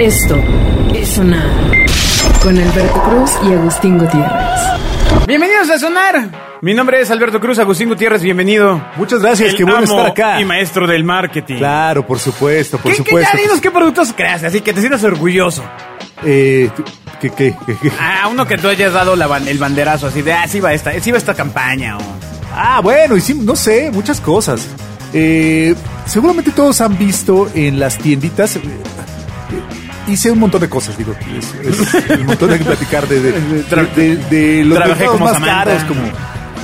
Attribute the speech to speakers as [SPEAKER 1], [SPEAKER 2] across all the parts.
[SPEAKER 1] Esto es Sonar con Alberto Cruz y Agustín Gutiérrez.
[SPEAKER 2] Bienvenidos a Sonar. Mi nombre es Alberto Cruz, Agustín Gutiérrez, bienvenido.
[SPEAKER 3] Muchas gracias,
[SPEAKER 2] El
[SPEAKER 3] qué bueno
[SPEAKER 2] amo
[SPEAKER 3] estar acá.
[SPEAKER 2] Y maestro del marketing.
[SPEAKER 3] Claro, por supuesto, por
[SPEAKER 2] ¿Qué, qué-
[SPEAKER 3] supuesto.
[SPEAKER 2] ya dinos qué productos creas, así que te sientas orgulloso.
[SPEAKER 3] Eh, tú- ¿qué, qué, qué, qué?
[SPEAKER 2] Ah, uno que tú hayas dado la ban- el banderazo así de, ah, sí va esta, sí va esta campaña. o-
[SPEAKER 3] Ah, bueno, hicimos, no sé, muchas cosas. Eh, seguramente todos han visto en las tienditas. eh, Hice un montón de cosas, digo. Es, es un montón de que platicar de, de,
[SPEAKER 2] Tra-
[SPEAKER 3] de- de- de los
[SPEAKER 2] Trabajé
[SPEAKER 3] mercados
[SPEAKER 2] como
[SPEAKER 3] más
[SPEAKER 2] Samantha.
[SPEAKER 3] caros, como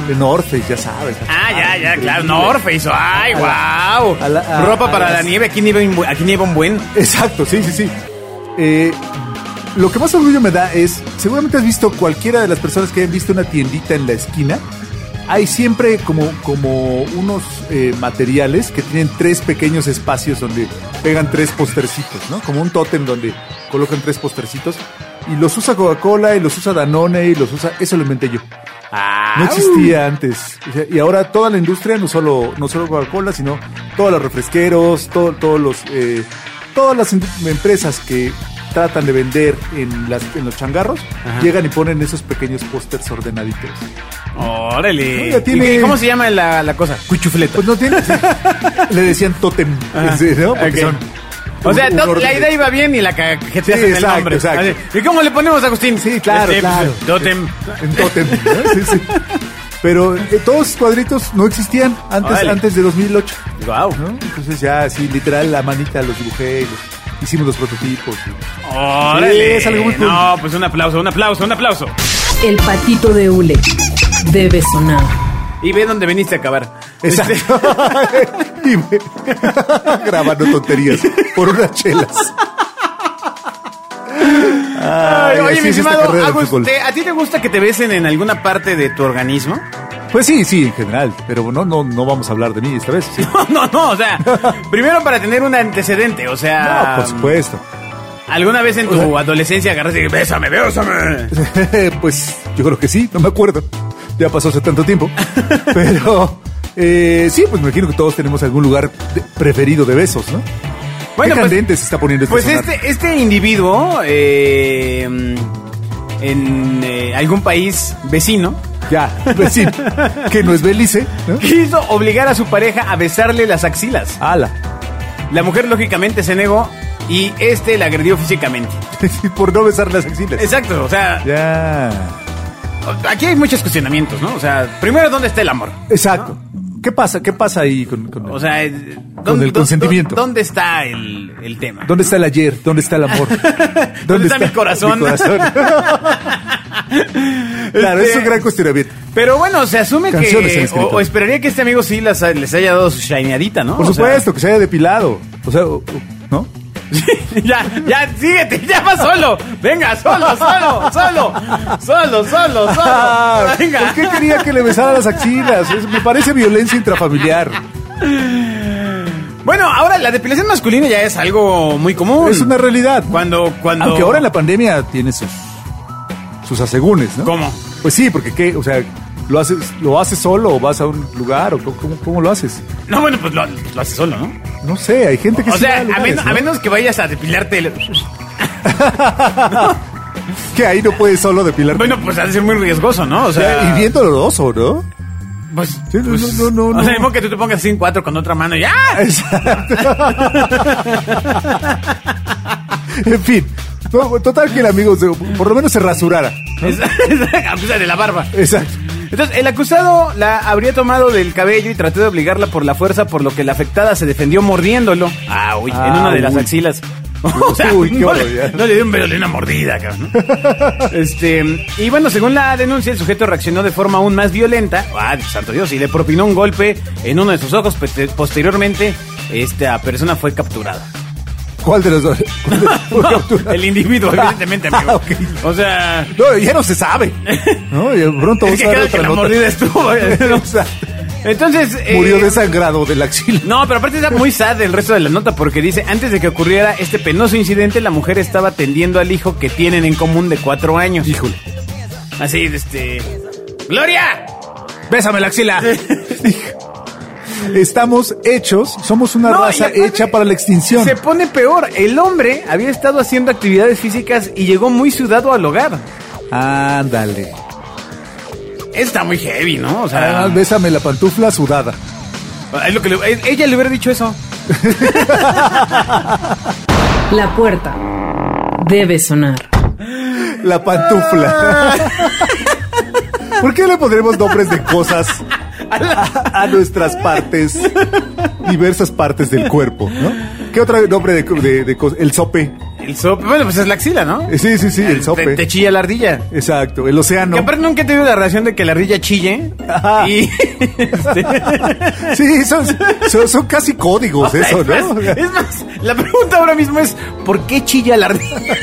[SPEAKER 3] de Norte, ya sabes.
[SPEAKER 2] Ah, ya, ya,
[SPEAKER 3] increíble.
[SPEAKER 2] claro, Norfe hizo, ay, wow.
[SPEAKER 3] a la- a-
[SPEAKER 2] Ropa
[SPEAKER 3] a
[SPEAKER 2] para la
[SPEAKER 3] las-
[SPEAKER 2] nieve, aquí nieva, un bu- aquí nieva un buen.
[SPEAKER 3] Exacto, sí, sí, sí. Eh, lo que más orgullo me da es, seguramente has visto cualquiera de las personas que hayan visto una tiendita en la esquina. Hay siempre como, como unos eh, materiales que tienen tres pequeños espacios donde pegan tres postercitos, ¿no? Como un tótem donde colocan tres postercitos. Y los usa Coca-Cola, y los usa Danone, y los usa... Eso lo inventé yo. No existía antes. O sea, Y ahora toda la industria, no solo, no solo Coca-Cola, sino todos los refresqueros, todo- todos los, eh, todas las in- empresas que tratan de vender en, las, en los changarros, llegan y ponen esos pequeños pósters ordenaditos.
[SPEAKER 2] Órale.
[SPEAKER 3] No, ya tiene-
[SPEAKER 2] ¿Y qué- ¿Cómo se llama la, la cosa? Cuchufleta.
[SPEAKER 3] Pues no tienen. Le decían totem.
[SPEAKER 2] Ajá.
[SPEAKER 3] Sí, ¿no? Porque
[SPEAKER 2] Ok.
[SPEAKER 3] son
[SPEAKER 2] O sea,
[SPEAKER 3] un- un
[SPEAKER 2] no,
[SPEAKER 3] orden.
[SPEAKER 2] la idea iba bien y la cagajeteas
[SPEAKER 3] Sí,
[SPEAKER 2] en el
[SPEAKER 3] exacto,
[SPEAKER 2] nombre.
[SPEAKER 3] exacto.
[SPEAKER 2] Así, ¿Y cómo le ponemos a Agustín?
[SPEAKER 3] Sí, claro,
[SPEAKER 2] Este,
[SPEAKER 3] claro.
[SPEAKER 2] Totem.
[SPEAKER 3] En tótem, ¿no? Sí, sí. Pero eh, todos esos cuadritos no existían antes,
[SPEAKER 2] Órale.
[SPEAKER 3] antes de 2008.
[SPEAKER 2] Wow.
[SPEAKER 3] ¿no? Entonces ya así, literal, la manita los dibujé, y los- hicimos los prototipos. y-
[SPEAKER 2] Órale.
[SPEAKER 3] Sí, es algo muy cool.
[SPEAKER 2] No, pues un aplauso, un aplauso, un aplauso.
[SPEAKER 1] El patito de Ule debe sonar.
[SPEAKER 2] Y ve dónde viniste a acabar. Este,
[SPEAKER 3] Exacto. Y me- grabando tonterías por unas chelas. Ay,
[SPEAKER 2] Ay, oye,
[SPEAKER 3] así
[SPEAKER 2] mi
[SPEAKER 3] es esta
[SPEAKER 2] estimado
[SPEAKER 3] carrera de
[SPEAKER 2] Agus,
[SPEAKER 3] fútbol.
[SPEAKER 2] ¿te- ¿a ti te gusta que te besen en alguna parte de tu organismo?
[SPEAKER 3] Pues sí, sí, en general. Pero no, no, no vamos a hablar de mí esta vez. ¿sí?
[SPEAKER 2] No, no, no, o sea, primero para tener un antecedente, o sea...
[SPEAKER 3] No, por supuesto.
[SPEAKER 2] ¿Alguna vez en tu adolescencia agarraste y bésame, bésame?
[SPEAKER 3] pues yo creo que sí, no me acuerdo. Ya pasó hace tanto tiempo. Pero eh, sí, pues me imagino que todos tenemos algún lugar de- preferido de besos, ¿no? Qué candente se está poniendo este
[SPEAKER 2] Pues
[SPEAKER 3] sonar.
[SPEAKER 2] este, este individuo, eh, mm, en eh, algún país vecino,
[SPEAKER 3] Ya, pues sí, que no es Belice, ¿no?
[SPEAKER 2] quiso obligar a su pareja a besarle las axilas.
[SPEAKER 3] Ala.
[SPEAKER 2] La mujer lógicamente se negó y este la agredió físicamente.
[SPEAKER 3] Por no besar las axilas.
[SPEAKER 2] Exacto, o sea,
[SPEAKER 3] Ya.
[SPEAKER 2] aquí hay muchos cuestionamientos, ¿no? O sea, primero, ¿dónde está el amor?
[SPEAKER 3] Exacto. ¿Qué pasa? ¿Qué pasa ahí con, con-
[SPEAKER 2] O sea, eh,
[SPEAKER 3] Con el
[SPEAKER 2] dó-
[SPEAKER 3] consentimiento.
[SPEAKER 2] dó- ¿Dónde está el, el tema?
[SPEAKER 3] ¿Dónde está el ayer? ¿Dónde está el amor? ¿Dónde,
[SPEAKER 2] está mi corazón?
[SPEAKER 3] mi corazón? claro,
[SPEAKER 2] Este-
[SPEAKER 3] es un gran cuestionamiento.
[SPEAKER 2] Pero bueno, se asume
[SPEAKER 3] Canciones en
[SPEAKER 2] que... O,
[SPEAKER 3] escrito.
[SPEAKER 2] o esperaría que este amigo sí las, ha- les haya dado su shineadita, ¿no?
[SPEAKER 3] Por
[SPEAKER 2] O sea,
[SPEAKER 3] supuesto, que se haya depilado. O sea, o- o- ¿no?
[SPEAKER 2] ya, ya, síguete, ya va solo. Venga, solo, solo, solo. Solo, solo, solo.
[SPEAKER 3] Ah,
[SPEAKER 2] Venga.
[SPEAKER 3] ¿Por qué quería que le besara las axilas? Es- me parece violencia intrafamiliar.
[SPEAKER 2] Bueno, ahora la depilación masculina ya es algo muy común.
[SPEAKER 3] Es una realidad.
[SPEAKER 2] Cuando, cuando.
[SPEAKER 3] Aunque ahora en la pandemia tiene sus, sus asegúnes, ¿no?
[SPEAKER 2] ¿Cómo?
[SPEAKER 3] Pues sí, porque qué, o sea, ¿lo haces, lo haces solo o vas a un lugar o cómo, cómo- cómo lo haces?
[SPEAKER 2] No, bueno, pues lo, lo haces solo, ¿no?
[SPEAKER 3] No sé, hay gente que
[SPEAKER 2] O
[SPEAKER 3] sí va
[SPEAKER 2] sea, a,
[SPEAKER 3] lugares,
[SPEAKER 2] menos-
[SPEAKER 3] ¿no?
[SPEAKER 2] a menos que vayas a depilarte. el-
[SPEAKER 3] que ahí no puedes solo depilar.
[SPEAKER 2] Bueno, pues ha de ser muy riesgoso, ¿no? O
[SPEAKER 3] O sea,
[SPEAKER 2] sea.
[SPEAKER 3] y bien doloroso, ¿no?
[SPEAKER 2] Pues,
[SPEAKER 3] Sí, no,
[SPEAKER 2] pues,
[SPEAKER 3] no, no, no,
[SPEAKER 2] O sea,
[SPEAKER 3] no.
[SPEAKER 2] mismo que tú te pongas así en cuatro con otra mano y ¡ah!
[SPEAKER 3] Exacto. en fin, to- total que el amigo se- por lo menos se rasurara.
[SPEAKER 2] Es- Acusa de la barba.
[SPEAKER 3] Exacto.
[SPEAKER 2] Entonces, el acusado la habría tomado del cabello y trató de obligarla por la fuerza, por lo que la afectada se defendió mordiéndolo. Ah, uy, en una de
[SPEAKER 3] Ah,
[SPEAKER 2] las
[SPEAKER 3] uy.
[SPEAKER 2] axilas. O sea,
[SPEAKER 3] Uy, qué
[SPEAKER 2] no,
[SPEAKER 3] horror,
[SPEAKER 2] le,
[SPEAKER 3] ya.
[SPEAKER 2] no le dio un beso, le dio una mordida, cabrón. ¿no? este, y bueno, según la denuncia, el sujeto reaccionó de forma aún más violenta. Ah, santo Dios, y le propinó un golpe en uno de sus ojos. Poste- Posteriormente, esta persona fue capturada.
[SPEAKER 3] ¿Cuál de los dos? ¿Cuál de los- por captura?
[SPEAKER 2] el individuo, evidentemente, amigo.
[SPEAKER 3] Ah, ok.
[SPEAKER 2] O sea,
[SPEAKER 3] No, ya no se sabe. No, y pronto
[SPEAKER 2] es
[SPEAKER 3] vamos
[SPEAKER 2] que
[SPEAKER 3] a ver
[SPEAKER 2] creo que
[SPEAKER 3] otra
[SPEAKER 2] la
[SPEAKER 3] nota.
[SPEAKER 2] mordida estuvo.
[SPEAKER 3] Exacto.
[SPEAKER 2] Entonces. eh,
[SPEAKER 3] Murió desangrado de la axila.
[SPEAKER 2] No, pero aparte está muy sad el resto de la nota porque dice, antes de que ocurriera este penoso incidente, la mujer estaba atendiendo al hijo que tienen en común de cuatro años.
[SPEAKER 3] Híjole.
[SPEAKER 2] Así, este... ¡Gloria!
[SPEAKER 3] Bésame la axila. Estamos hechos, somos una
[SPEAKER 2] No, y
[SPEAKER 3] raza
[SPEAKER 2] aparte-
[SPEAKER 3] hecha para la extinción.
[SPEAKER 2] Se pone peor. El hombre había estado haciendo actividades físicas y llegó muy sudado al hogar.
[SPEAKER 3] Ándale.
[SPEAKER 2] Está muy heavy, ¿no? O sea,
[SPEAKER 3] Ah, bésame la pantufla sudada.
[SPEAKER 2] es lo que le- eh, ella le hubiera dicho eso.
[SPEAKER 1] La puerta debe sonar.
[SPEAKER 3] La pantufla.
[SPEAKER 2] Ah.
[SPEAKER 3] ¿Por qué le pondremos nombres de cosas a, a nuestras partes? Diversas partes del cuerpo, ¿no? ¿Qué otro nombre de, de, de cos- El sope.
[SPEAKER 2] El sope. Bueno, pues es la axila, ¿no?
[SPEAKER 3] Eh, Sí, sí, sí, el
[SPEAKER 2] Te,
[SPEAKER 3] sope.
[SPEAKER 2] te chilla la ardilla.
[SPEAKER 3] Exacto, el océano.
[SPEAKER 2] Que aparte nunca he tenido la reacción de que la ardilla chille.
[SPEAKER 3] Ajá.
[SPEAKER 2] Y. este,
[SPEAKER 3] Sí, son, son, son casi códigos eso,
[SPEAKER 2] es, más,
[SPEAKER 3] ¿no?
[SPEAKER 2] es más, la pregunta ahora mismo es: ¿por qué chilla la ardilla?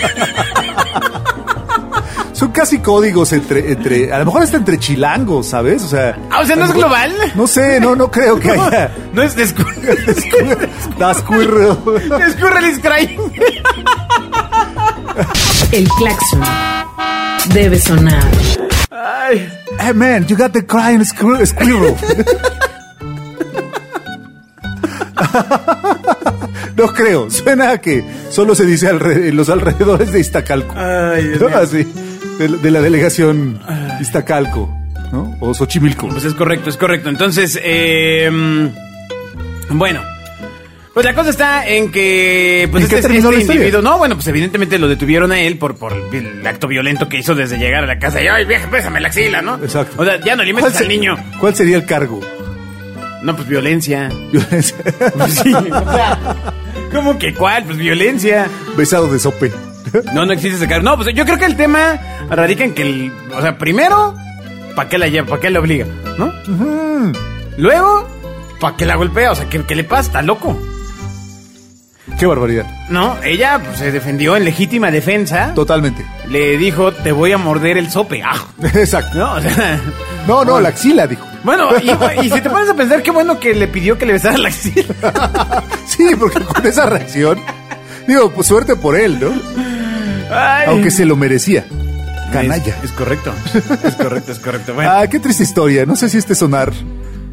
[SPEAKER 3] Son casi códigos entre, entre, a lo mejor hasta entre chilangos, ¿sabes? O sea.
[SPEAKER 2] Ah, o sea, ¿no es
[SPEAKER 3] a lo mejor-
[SPEAKER 2] global?
[SPEAKER 3] No sé, no, no creo que haya.
[SPEAKER 2] No es descu-
[SPEAKER 3] Das cuirro.
[SPEAKER 2] Descurre el Scry.
[SPEAKER 1] El claxon debe sonar.
[SPEAKER 2] Ay.
[SPEAKER 3] Hey man, you got the crying squir- squirrel. No creo, suena a que solo se dice alre- en los alrededores de Iztacalco.
[SPEAKER 2] Ay, Dios
[SPEAKER 3] ¿No?
[SPEAKER 2] mío.
[SPEAKER 3] Así, de, de la delegación Iztacalco, ¿no? O Xochimilco.
[SPEAKER 2] Pues es correcto, es correcto. Entonces, eh, bueno. Pues la cosa está en que pues
[SPEAKER 3] ¿En qué
[SPEAKER 2] este,
[SPEAKER 3] terminó
[SPEAKER 2] este
[SPEAKER 3] la historia?
[SPEAKER 2] individuo, no, bueno, pues evidentemente lo detuvieron a él por, por el acto violento que hizo desde llegar a la casa. Y, ay, vieja, pésame la axila, ¿no?
[SPEAKER 3] Exacto. Pues
[SPEAKER 2] O sea, ya no
[SPEAKER 3] ¿Cuál,
[SPEAKER 2] alimentas
[SPEAKER 3] se-
[SPEAKER 2] al niño.
[SPEAKER 3] ¿Cuál sería el cargo?
[SPEAKER 2] No, pues violencia.
[SPEAKER 3] Violencia.
[SPEAKER 2] Pues sí, o sea, ¿cómo que cuál? Pues violencia.
[SPEAKER 3] Besado de sope.
[SPEAKER 2] No, no existe ese cargo. No, pues yo creo que el tema radica en que, el, o sea, primero, ¿para qué la lleva? ¿Para qué la obliga? ¿No? Luego, ¿para qué la golpea? O sea, ¿qué, qué le pasa? Está loco.
[SPEAKER 3] Qué barbaridad.
[SPEAKER 2] No, ella pues, se defendió en legítima defensa.
[SPEAKER 3] Totalmente.
[SPEAKER 2] le dijo, te voy a morder el sope. Ah,
[SPEAKER 3] Exacto.
[SPEAKER 2] ¿no? O sea,
[SPEAKER 3] No, no, la axila, dijo.
[SPEAKER 2] bueno, y, y si te pones a pensar, qué bueno que le pidió que le besara la axila.
[SPEAKER 3] Sí, porque con esa reacción. Digo, pues suerte por él, ¿no?
[SPEAKER 2] Ay.
[SPEAKER 3] Aunque se lo merecía. Canalla.
[SPEAKER 2] Es, es correcto, es correcto, es correcto. Bueno,
[SPEAKER 3] Ah, qué triste historia. No sé si este sonar.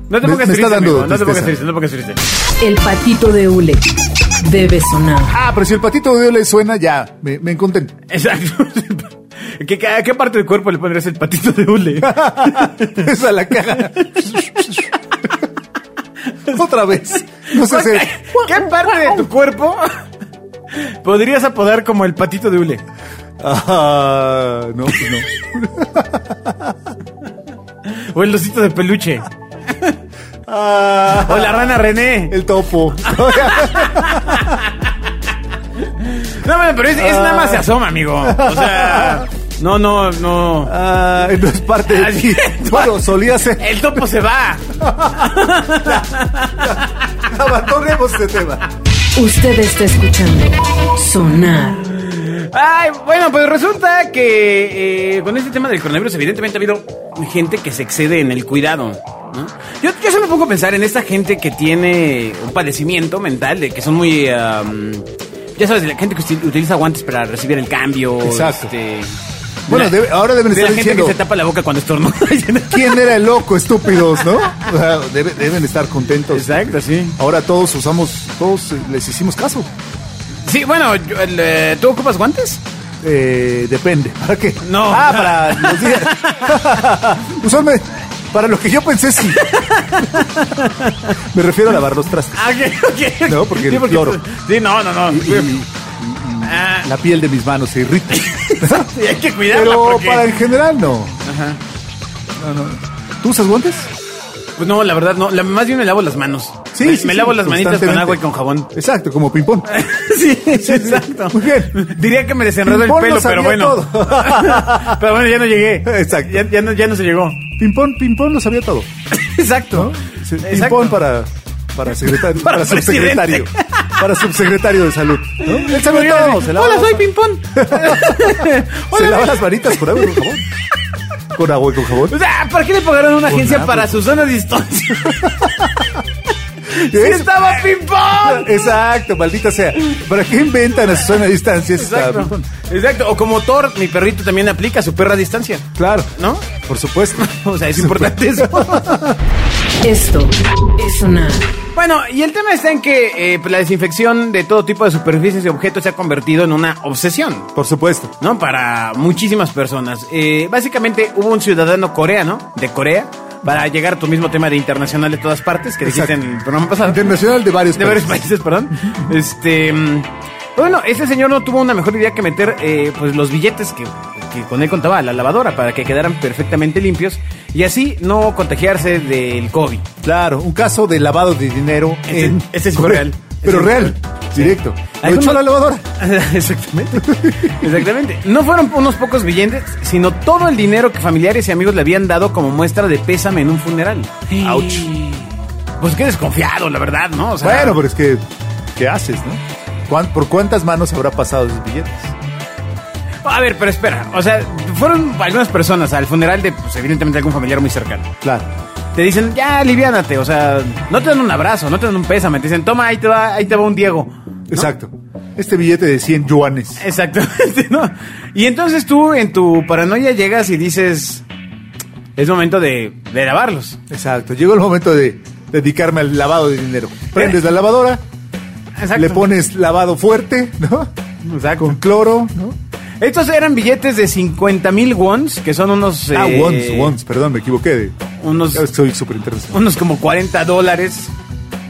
[SPEAKER 2] no te
[SPEAKER 3] me-
[SPEAKER 2] pongas
[SPEAKER 3] me
[SPEAKER 2] triste,
[SPEAKER 3] está dando
[SPEAKER 2] amigo, no te
[SPEAKER 3] tristeza.
[SPEAKER 2] pongas triste, no te pongas triste.
[SPEAKER 1] El patito de hule debe sonar.
[SPEAKER 3] Ah, pero si el patito de Dios le suena, ya. Me, me contento.
[SPEAKER 2] Exacto. ¿Qué, qué, a qué parte del cuerpo le pondrías el patito de hule?
[SPEAKER 3] Esa la caja. Otra vez. No sé hacer.
[SPEAKER 2] ¿Qué parte de tu cuerpo podrías apodar como el patito de hule?
[SPEAKER 3] Ah, no, pues no.
[SPEAKER 2] O el osito de peluche.
[SPEAKER 3] Ah,
[SPEAKER 2] O la rana René.
[SPEAKER 3] el topo.
[SPEAKER 2] No, bueno, pero es, es nada más se asoma, amigo. O sea, no, no, no.
[SPEAKER 3] Ah, no es parte de ti. Bueno, solía ser.
[SPEAKER 2] El topo se va.
[SPEAKER 3] Abandonemos este tema.
[SPEAKER 1] Usted está escuchando sonar.
[SPEAKER 2] Ay, bueno, pues resulta que eh, con este tema del coronavirus, evidentemente ha habido gente que se excede en el cuidado. ¿no? Yo, yo se me pongo a pensar en esta gente que tiene un padecimiento mental, de que son muy. am, ya sabes, la gente que util- utiliza guantes para recibir el cambio.
[SPEAKER 3] Exacto.
[SPEAKER 2] este,
[SPEAKER 3] Bueno,
[SPEAKER 2] de la-
[SPEAKER 3] debe- ahora deben
[SPEAKER 2] de la
[SPEAKER 3] estar
[SPEAKER 2] gente
[SPEAKER 3] diciendo.
[SPEAKER 2] que se tapa la boca cuando estornuda.
[SPEAKER 3] ¿Quién era el loco, estúpidos, no? O sea, debe- deben estar contentos.
[SPEAKER 2] Exacto, sí.
[SPEAKER 3] Ahora todos usamos, todos eh, les hicimos caso.
[SPEAKER 2] Sí, bueno, yo- el, eh, ¿tú ocupas guantes?
[SPEAKER 3] Eh, depende. ¿Para qué?
[SPEAKER 2] No.
[SPEAKER 3] Ah, para los días. Usualmente, para lo que yo pensé, sí. Me refiero a lavar los trastes.
[SPEAKER 2] Ah, ok, ok.
[SPEAKER 3] No, porque el cloro.
[SPEAKER 2] Sí, no, no, no.
[SPEAKER 3] Y- y
[SPEAKER 2] Ah,
[SPEAKER 3] la piel de mis manos se irrita.
[SPEAKER 2] y hay que cuidarla
[SPEAKER 3] Pero
[SPEAKER 2] porque...
[SPEAKER 3] para en general, no. No, no. ¿Tú usas guantes?
[SPEAKER 2] Pues no, la verdad no. La- más bien me lavo las manos.
[SPEAKER 3] Sí,
[SPEAKER 2] Me,
[SPEAKER 3] sí,
[SPEAKER 2] me
[SPEAKER 3] sí,
[SPEAKER 2] lavo las manitas con
[SPEAKER 3] constantemente.
[SPEAKER 2] agua y con jabón.
[SPEAKER 3] Exacto, como ping-pong.
[SPEAKER 2] sí, exacto.
[SPEAKER 3] Muy bien.
[SPEAKER 2] Diría que me desenredo el
[SPEAKER 3] Ping-pong
[SPEAKER 2] pelo,
[SPEAKER 3] lo sabía
[SPEAKER 2] pero bueno.
[SPEAKER 3] todo.
[SPEAKER 2] pero bueno, ya no llegué.
[SPEAKER 3] Exacto.
[SPEAKER 2] Ya, ya no, ya no se llegó.
[SPEAKER 3] Ping-pong, ping-pong lo sabía todo.
[SPEAKER 2] exacto.
[SPEAKER 3] Sí,
[SPEAKER 2] Exacto.
[SPEAKER 3] Ping-pong para, para, secretario,
[SPEAKER 2] Para
[SPEAKER 3] para, subsecretario. Para subsecretario de salud. ¿no? Él sabe
[SPEAKER 2] Podría
[SPEAKER 3] todo.
[SPEAKER 2] decir,
[SPEAKER 3] se lava
[SPEAKER 2] Hola,
[SPEAKER 3] las-
[SPEAKER 2] soy Pimpón.
[SPEAKER 3] Se lava las manitas con agua y con jabón. Con agua y con jabón.
[SPEAKER 2] O sea, ¿para qué le pagaron a una
[SPEAKER 3] Pues
[SPEAKER 2] agencia
[SPEAKER 3] nada,
[SPEAKER 2] para
[SPEAKER 3] pues.
[SPEAKER 2] Susana Distancia? Pues, ¡Sí estaba ping-pong!
[SPEAKER 3] Exacto, maldita sea. ¿Para qué inventan a Susana a distancia? si estaba
[SPEAKER 2] Exacto.
[SPEAKER 3] ping-pong?
[SPEAKER 2] Exacto. O como Thor, mi perrito también aplica su perra a distancia.
[SPEAKER 3] Claro.
[SPEAKER 2] ¿No?
[SPEAKER 3] Por supuesto.
[SPEAKER 2] O sea, es importante eso.
[SPEAKER 1] Esto es sonar.
[SPEAKER 2] Bueno, y el tema está en que eh, pues, la desinfección de todo tipo de superficies y objetos se ha convertido en una obsesión.
[SPEAKER 3] Por supuesto.
[SPEAKER 2] ¿no? Para muchísimas personas. Eh, básicamente hubo un ciudadano coreano, de Corea, para llegar a tu mismo tema de internacional de todas partes, que dijiste
[SPEAKER 3] Exacto.
[SPEAKER 2] en el programa pasado.
[SPEAKER 3] Internacional de varios
[SPEAKER 2] de varios países, perdón. Este. mm, Bueno, este señor no tuvo una mejor idea que meter eh, pues los billetes que, que con él contaba a la lavadora para que quedaran perfectamente limpios y así no contagiarse del COVID.
[SPEAKER 3] Claro, un caso de lavado de dinero.
[SPEAKER 2] Ese-
[SPEAKER 3] en
[SPEAKER 2] ese sí fue
[SPEAKER 3] Corea.
[SPEAKER 2] real. Ese
[SPEAKER 3] Pero
[SPEAKER 2] sí
[SPEAKER 3] real,
[SPEAKER 2] fue real.
[SPEAKER 3] directo. Lo
[SPEAKER 2] Algunos-
[SPEAKER 3] echó a la lavadora.
[SPEAKER 2] Exactamente. Exactamente. No fueron unos pocos billetes, sino todo el dinero que familiares y amigos le habían dado como muestra de pésame en un funeral. Ouch. Pues qué desconfiado, la verdad, ¿no? O sea,
[SPEAKER 3] Bueno, pues, pero es que, ¿qué haces, no? ¿Cuán- ¿Por cuántas manos habrá pasado esos billetes?
[SPEAKER 2] A ver, pero espera. O sea, fueron algunas personas al funeral de, pues, evidentemente, algún familiar muy cercano.
[SPEAKER 3] Claro.
[SPEAKER 2] Te dicen, ya, aliviánate. O sea, no te dan un abrazo, no te dan un pésame. Te dicen, toma, ahí te va, ahí te va un Diego. ¿no?
[SPEAKER 3] Exacto. Este billete de 100 yuanes.
[SPEAKER 2] Exactamente, ¿no? Y entonces tú en tu paranoia llegas y dices, es momento de, de lavarlos.
[SPEAKER 3] Exacto. Llegó el momento de dedicarme al lavado de dinero. Prendes la lavadora,
[SPEAKER 2] Exacto.
[SPEAKER 3] le pones lavado fuerte, ¿no?
[SPEAKER 2] Exacto.
[SPEAKER 3] Con cloro, ¿no?
[SPEAKER 2] Estos eran billetes de 50 mil wons, que son unos...
[SPEAKER 3] Ah,
[SPEAKER 2] eh,
[SPEAKER 3] once, once, perdón, me equivoqué. de-
[SPEAKER 2] Unos,
[SPEAKER 3] Ya ves que Soy súper internacional.
[SPEAKER 2] unos como 40 dólares.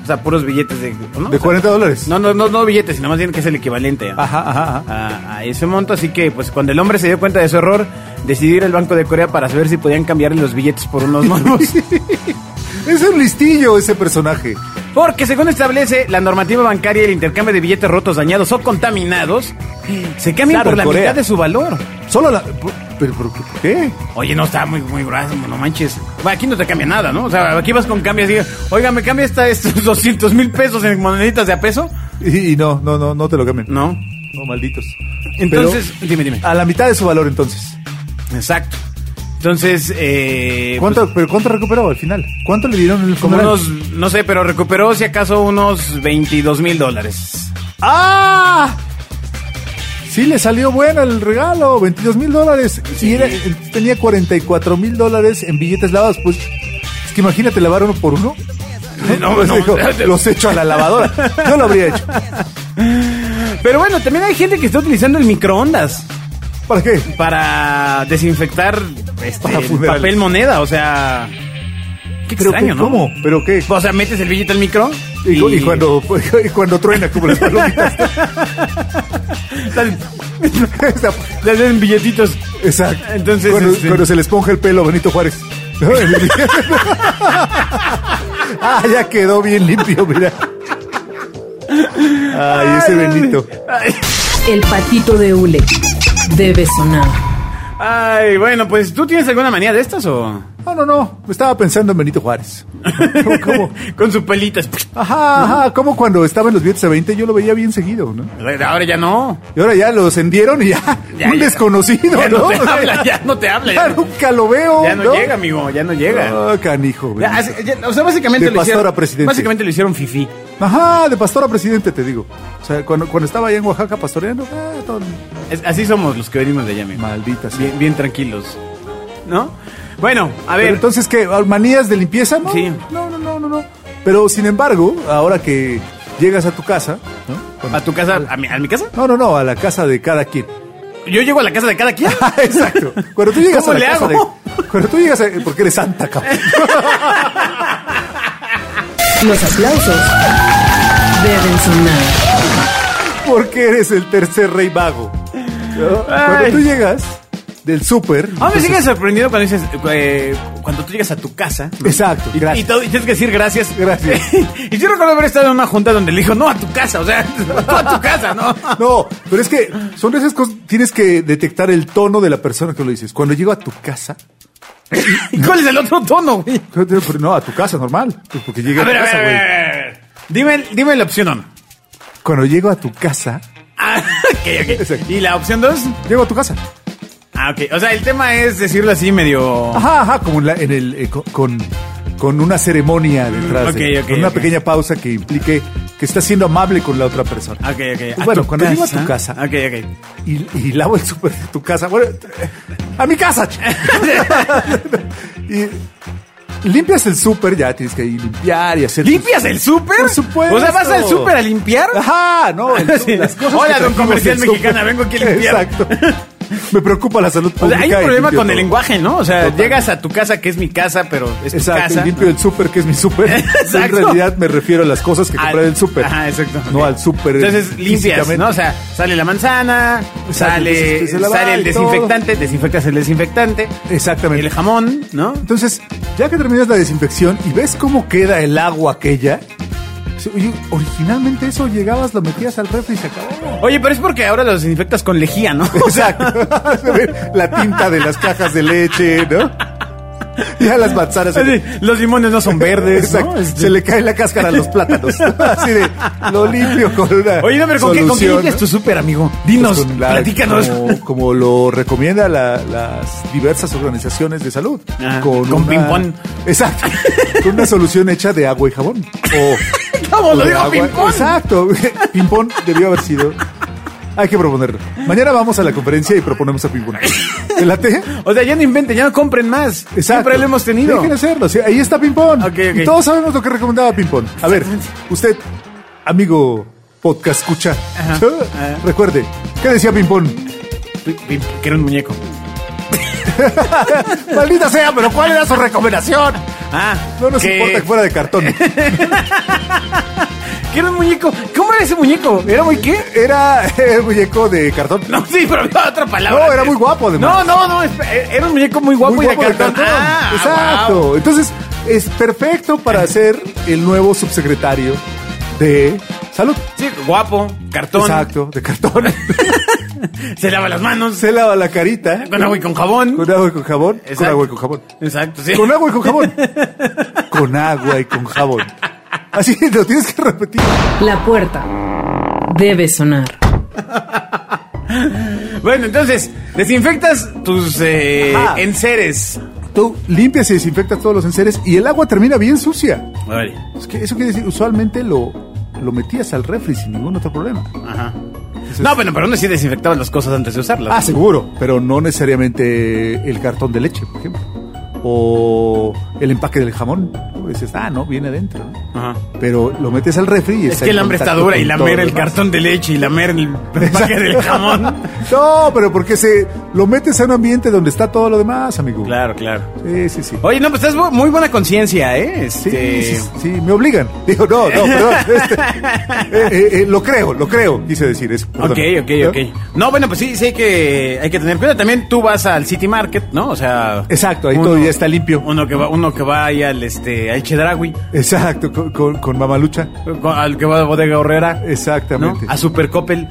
[SPEAKER 2] O sea, puros billetes de... ¿no? O
[SPEAKER 3] ¿De
[SPEAKER 2] sea,
[SPEAKER 3] 40 dólares?
[SPEAKER 2] No, no, no, no billetes, sino más bien que es el equivalente a,
[SPEAKER 3] Ajá, ajá, ajá.
[SPEAKER 2] a- a ese monto. Así que, pues, cuando el hombre se dio cuenta de su error, decidió ir al Banco de Corea para saber si podían cambiarle los billetes por unos monos.
[SPEAKER 3] Es un listillo ese personaje.
[SPEAKER 2] Porque según establece la normativa bancaria, el intercambio de billetes rotos, dañados o contaminados se cambian
[SPEAKER 3] Claro,
[SPEAKER 2] por la
[SPEAKER 3] en Corea.
[SPEAKER 2] mitad de su valor.
[SPEAKER 3] Solo la. por- ¿Pero, por- por qué?
[SPEAKER 2] Oye, no está muy, muy grueso, no manches. Bueno, aquí no te cambia nada, ¿no? O sea, aquí vas con cambios y oiga, ¿me cambia esta, estos 200 mil pesos en moneditas de a peso?
[SPEAKER 3] Y, y no, no, no, no te lo cambien.
[SPEAKER 2] No.
[SPEAKER 3] No, malditos.
[SPEAKER 2] Entonces, eh, pues, dime, dime.
[SPEAKER 3] Pero a la mitad de su valor, entonces.
[SPEAKER 2] Exacto. Entonces, eh.
[SPEAKER 3] ¿Cuánto, ¿Pero cuánto recuperó al final? ¿Cuánto le dieron en el
[SPEAKER 2] pues, como
[SPEAKER 3] funeral?
[SPEAKER 2] unos, no sé, pero recuperó si acaso unos 22 mil dólares.
[SPEAKER 3] ¡Ah! Sí, le salió bueno el regalo, 22 mil dólares. Y era- tenía 44 mil dólares en billetes lavados. Pues es que imagínate lavar uno por uno.
[SPEAKER 2] No,
[SPEAKER 3] Pues
[SPEAKER 2] no,
[SPEAKER 3] dijo,
[SPEAKER 2] o sea,
[SPEAKER 3] los echo a la lavadora. Yo lo habría hecho.
[SPEAKER 2] Pero bueno, también hay gente que está utilizando el microondas.
[SPEAKER 3] ¿Para qué?
[SPEAKER 2] para desinfectar este,
[SPEAKER 3] Para
[SPEAKER 2] el
[SPEAKER 3] funerales.
[SPEAKER 2] papel moneda, o sea, qué
[SPEAKER 3] Pero
[SPEAKER 2] extraño,
[SPEAKER 3] que,
[SPEAKER 2] ¿no?
[SPEAKER 3] ¿Cómo? ¿Pero qué?
[SPEAKER 2] O sea, metes el billete al micro
[SPEAKER 3] Y, y cuando, y cuando truena como las palomitas.
[SPEAKER 2] le hacen billetitos.
[SPEAKER 3] Exacto.
[SPEAKER 2] Entonces,
[SPEAKER 3] cuando,
[SPEAKER 2] este-
[SPEAKER 3] cuando se les ponga el pelo a Benito Juárez. ¿No? ah, ya quedó bien limpio, mira. Ay, ese Benito.
[SPEAKER 2] Ay,
[SPEAKER 1] El patito de hule debe sonar.
[SPEAKER 2] ay, bueno, pues tú tienes alguna manía de estas o
[SPEAKER 3] No, no, no. Estaba pensando en Benito Juárez. ¿Cómo? cómo?
[SPEAKER 2] con su pelitas.
[SPEAKER 3] Ajá, ajá. Como cuando estaba en los billetes a 20 yo lo veía bien seguido, ¿no?
[SPEAKER 2] Ahora ya no.
[SPEAKER 3] Y ahora ya lo ascendieron y ya.
[SPEAKER 2] Ya,
[SPEAKER 3] un
[SPEAKER 2] ya.
[SPEAKER 3] desconocido,
[SPEAKER 2] Ya no,
[SPEAKER 3] ¿no?
[SPEAKER 2] te habla, ya no te habla. Ya,
[SPEAKER 3] Ya
[SPEAKER 2] no-
[SPEAKER 3] nunca lo veo.
[SPEAKER 2] ya no,
[SPEAKER 3] ¿no?
[SPEAKER 2] llega, amigo, ya no llega.
[SPEAKER 3] Ah, canijo.
[SPEAKER 2] Ya,
[SPEAKER 3] Benito.
[SPEAKER 2] así- ya, o sea, básicamente
[SPEAKER 3] De
[SPEAKER 2] lo
[SPEAKER 3] pastor
[SPEAKER 2] hicieron.
[SPEAKER 3] a presidente.
[SPEAKER 2] Básicamente lo hicieron fifi.
[SPEAKER 3] Ajá, de pastor a presidente, te digo. O sea, cuando, cuando estaba allá en Oaxaca pastoreando, ah, todo
[SPEAKER 2] así somos los que venimos de allá, amigo.
[SPEAKER 3] maldita sea.
[SPEAKER 2] Bien, bien tranquilos. ¿No? Bueno, a
[SPEAKER 3] Pero
[SPEAKER 2] ver.
[SPEAKER 3] entonces, ¿qué? ¿Manías de limpieza? No,
[SPEAKER 2] Sí.
[SPEAKER 3] no, no, no, no, no. Pero, sin embargo, ahora que llegas a tu casa, ¿no? Cuando-
[SPEAKER 2] ¿A tu casa? ¿A mi, a mi casa?
[SPEAKER 3] No, no, no, a la casa de cada quien. Ah,
[SPEAKER 2] Yo llego a la casa de cada quien.
[SPEAKER 3] Exacto. Cuando tú llegas
[SPEAKER 2] ¿Cómo
[SPEAKER 3] a la
[SPEAKER 2] le
[SPEAKER 3] casa
[SPEAKER 2] hago?
[SPEAKER 3] de... Cuando tú llegas a... Porque eres santa, cabrón.
[SPEAKER 1] Los aplausos deben sonar.
[SPEAKER 3] Porque eres el tercer rey mago. ¿no? Cuando
[SPEAKER 2] Ay.
[SPEAKER 3] tú llegas del súper...
[SPEAKER 2] Ah, me
[SPEAKER 3] entonces-
[SPEAKER 2] sigues sorprendido cuando dices, eh, cuando tú llegas a tu casa.
[SPEAKER 3] Exacto,
[SPEAKER 2] Y,
[SPEAKER 3] gracias.
[SPEAKER 2] y todo- y tienes que decir gracias.
[SPEAKER 3] Gracias.
[SPEAKER 2] y yo recuerdo haber estado en una junta donde le dijo, no, a tu casa, o sea, tú a tu casa, ¿no?
[SPEAKER 3] No, pero es que son de esas cosas. Tienes que detectar el tono de la persona que lo dices. Cuando llego a tu casa.
[SPEAKER 2] ¿Y cuál es el otro tono, güey?
[SPEAKER 3] No, a tu casa, normal. pues Porque llegué
[SPEAKER 2] A
[SPEAKER 3] a, tu
[SPEAKER 2] ver, a ver,
[SPEAKER 3] casa,
[SPEAKER 2] a
[SPEAKER 3] güey.
[SPEAKER 2] ver. Dime, dime la opción uno.
[SPEAKER 3] Cuando llego a tu casa,
[SPEAKER 2] Ah, ok, ok.
[SPEAKER 3] Exacto.
[SPEAKER 2] ¿Y la opción dos?
[SPEAKER 3] llego a tu casa.
[SPEAKER 2] Ah, ok. O sea, el tema es decirlo así medio...
[SPEAKER 3] Ajá, ajá, como en, la- en el. eh, co- con, con una ceremonia detrás,
[SPEAKER 2] Ok,
[SPEAKER 3] de-
[SPEAKER 2] ok,
[SPEAKER 3] con una
[SPEAKER 2] ok.
[SPEAKER 3] pequeña pausa que implique que estás siendo amable con la otra persona.
[SPEAKER 2] Ok, ok.
[SPEAKER 3] Pues bueno, cuando llego a tu casa-
[SPEAKER 2] Ok, ok.
[SPEAKER 3] Y, y lavo el súper de tu casa. Bueno, a mi casa. ch- y limpias el súper, ya tienes que ir limpiar y hacer... tus-
[SPEAKER 2] ¿Limpias el súper?
[SPEAKER 3] Por supuesto.
[SPEAKER 2] O sea, ¿vas al súper a limpiar?
[SPEAKER 3] Ajá, no. el
[SPEAKER 2] Sí.
[SPEAKER 3] su- las cosas
[SPEAKER 2] Hola,
[SPEAKER 3] que
[SPEAKER 2] don
[SPEAKER 3] trajimos
[SPEAKER 2] comercial
[SPEAKER 3] del súper.
[SPEAKER 2] mexicana, vengo aquí a limpiar.
[SPEAKER 3] Exacto. Me preocupa la salud
[SPEAKER 2] O
[SPEAKER 3] pública.
[SPEAKER 2] sea, hay un
[SPEAKER 3] y
[SPEAKER 2] problema
[SPEAKER 3] limpio
[SPEAKER 2] con el
[SPEAKER 3] todo.
[SPEAKER 2] lenguaje, ¿no? O sea,
[SPEAKER 3] Totalmente.
[SPEAKER 2] llegas a tu casa, que es mi casa, pero es tu
[SPEAKER 3] Exacto,
[SPEAKER 2] casa.
[SPEAKER 3] y limpio el súper, que es mi súper.
[SPEAKER 2] Exacto.
[SPEAKER 3] En realidad me refiero a las cosas que compré
[SPEAKER 2] Al-
[SPEAKER 3] del súper.
[SPEAKER 2] Ajá, exacto.
[SPEAKER 3] No
[SPEAKER 2] ok.
[SPEAKER 3] al súper.
[SPEAKER 2] Entonces limpias,
[SPEAKER 3] físicamente.
[SPEAKER 2] ¿no? O sea, sale la manzana,
[SPEAKER 3] entonces,
[SPEAKER 2] sale,
[SPEAKER 3] pues, se la va
[SPEAKER 2] sale el
[SPEAKER 3] y todo.
[SPEAKER 2] desinfectante, desinfectas el desinfectante,
[SPEAKER 3] Exactamente.
[SPEAKER 2] el jamón, ¿no?
[SPEAKER 3] Entonces, ya que terminas la desinfección y ves cómo queda el agua aquella, dices, oye, originalmente eso llegabas, lo metías al refri y se acabó.
[SPEAKER 2] Oye, pero es porque ahora los desinfectas con lejía, ¿no?
[SPEAKER 3] Exacto. Se ve la tinta de las cajas de leche, ¿no? Ya las manzanas.
[SPEAKER 2] Así, los limones no son verdes, ¿no?
[SPEAKER 3] Exacto.
[SPEAKER 2] Este-
[SPEAKER 3] Se le cae la cáscara a los plátanos. Así de, lo limpio con una.
[SPEAKER 2] Oye, no, pero ¿con qué, ¿con qué
[SPEAKER 3] solución,
[SPEAKER 2] limpias
[SPEAKER 3] ¿no?
[SPEAKER 2] tu súper, amigo? Dinos,
[SPEAKER 3] Pues con la-
[SPEAKER 2] platícanos.
[SPEAKER 3] Como, como lo recomienda la- las diversas organizaciones de salud.
[SPEAKER 2] Ajá, con
[SPEAKER 3] una-
[SPEAKER 2] ping-pong.
[SPEAKER 3] Exacto. Con una solución hecha de agua y jabón. O,
[SPEAKER 2] ¿Cómo
[SPEAKER 3] o
[SPEAKER 2] lo
[SPEAKER 3] de
[SPEAKER 2] digo,
[SPEAKER 3] agua-
[SPEAKER 2] ping-pong?
[SPEAKER 3] Exacto. Ping-pong debió haber sido. Hay que proponerlo. Mañana vamos a la conferencia y proponemos a ping-pong. ¿Te late?
[SPEAKER 2] O sea, ya no inventen, ya no compren más. Siempre lo hemos tenido.
[SPEAKER 3] Dejen hacerlo. Sí, ahí está Pimpón.
[SPEAKER 2] Ok, ok.
[SPEAKER 3] Y todos sabemos lo que recomendaba Pimpón. A ver, usted, amigo podcast, escucha.
[SPEAKER 2] Ajá,
[SPEAKER 3] ¿sí?
[SPEAKER 2] ajá.
[SPEAKER 3] Recuerde, ¿qué decía Pimpón?
[SPEAKER 2] Que era un muñeco.
[SPEAKER 3] Maldita sea, pero ¿cuál era su recomendación?
[SPEAKER 2] Ah,
[SPEAKER 3] No nos
[SPEAKER 2] que-
[SPEAKER 3] importa que fuera de cartón.
[SPEAKER 2] que era un muñeco. ¿Cómo era ese muñeco? ¿Era muy qué?
[SPEAKER 3] Era el muñeco de cartón.
[SPEAKER 2] No, sí, pero había otra palabra.
[SPEAKER 3] No, era muy guapo, además.
[SPEAKER 2] No, no, no. esp- Era un muñeco muy guapo
[SPEAKER 3] Muy
[SPEAKER 2] y de
[SPEAKER 3] guapo de
[SPEAKER 2] cartón.
[SPEAKER 3] cartón.
[SPEAKER 2] Ah,
[SPEAKER 3] Exacto.
[SPEAKER 2] wow.
[SPEAKER 3] Entonces, es perfecto para ser el nuevo subsecretario de salud.
[SPEAKER 2] Sí, guapo, cartón.
[SPEAKER 3] Exacto, de cartón.
[SPEAKER 2] Se lava las manos.
[SPEAKER 3] Se lava la carita.
[SPEAKER 2] Con agua y con jabón.
[SPEAKER 3] Con agua y con jabón. Con
[SPEAKER 2] Exacto.
[SPEAKER 3] agua y con jabón.
[SPEAKER 2] Exacto, sí.
[SPEAKER 3] Con agua y con jabón. Con agua y con jabón. Así lo tienes que repetir.
[SPEAKER 1] La puerta debe sonar.
[SPEAKER 2] Bueno, entonces, desinfectas tus eh,
[SPEAKER 3] Ajá.
[SPEAKER 2] enseres.
[SPEAKER 3] Tú limpias y desinfectas todos los enseres y el agua termina bien sucia.
[SPEAKER 2] Vale.
[SPEAKER 3] Es que eso quiere decir, usualmente lo, lo metías al refri sin ningún otro problema.
[SPEAKER 2] Ajá. No, bueno, pero uno sí desinfectaba las cosas antes de usarlas.
[SPEAKER 3] Ah, seguro. Pero no necesariamente el cartón de leche, por ejemplo. O el empaque del jamón. Dices, ah, no, viene adentro. ¿no?
[SPEAKER 2] Ajá.
[SPEAKER 3] Pero lo metes al refri y
[SPEAKER 2] Es
[SPEAKER 3] está
[SPEAKER 2] que
[SPEAKER 3] en
[SPEAKER 2] el hambre está
[SPEAKER 3] contacto
[SPEAKER 2] dura y
[SPEAKER 3] con
[SPEAKER 2] lamer
[SPEAKER 3] todo
[SPEAKER 2] el
[SPEAKER 3] lo demás.
[SPEAKER 2] cartón de leche y lamer el empaque del jamón.
[SPEAKER 3] No, pero porque se lo metes a un ambiente donde está todo lo demás, amigo.
[SPEAKER 2] Claro, claro.
[SPEAKER 3] Sí, sí, sí.
[SPEAKER 2] Oye, no, pues estás bu- muy buena conciencia, ¿eh?
[SPEAKER 3] Sí,
[SPEAKER 2] Este...
[SPEAKER 3] sí, sí, sí, me obligan. Digo, no, no, perdón. este, eh, eh, eh, lo creo, lo creo, quise decir eso. perdón.
[SPEAKER 2] Ok, ok, ok. No, bueno, pues sí, sí hay que, hay que tener cuidado. También tú vas al City Market, ¿no? O sea...
[SPEAKER 3] Exacto, ahí todo ya está limpio.
[SPEAKER 2] Uno que va, uno que va ahí al, este, al Chedragui,
[SPEAKER 3] Exacto, con, con, con Mamalucha.
[SPEAKER 2] con- al que va a Bodega Horrera, ¿no?
[SPEAKER 3] Exactamente.
[SPEAKER 2] A Super Coppel.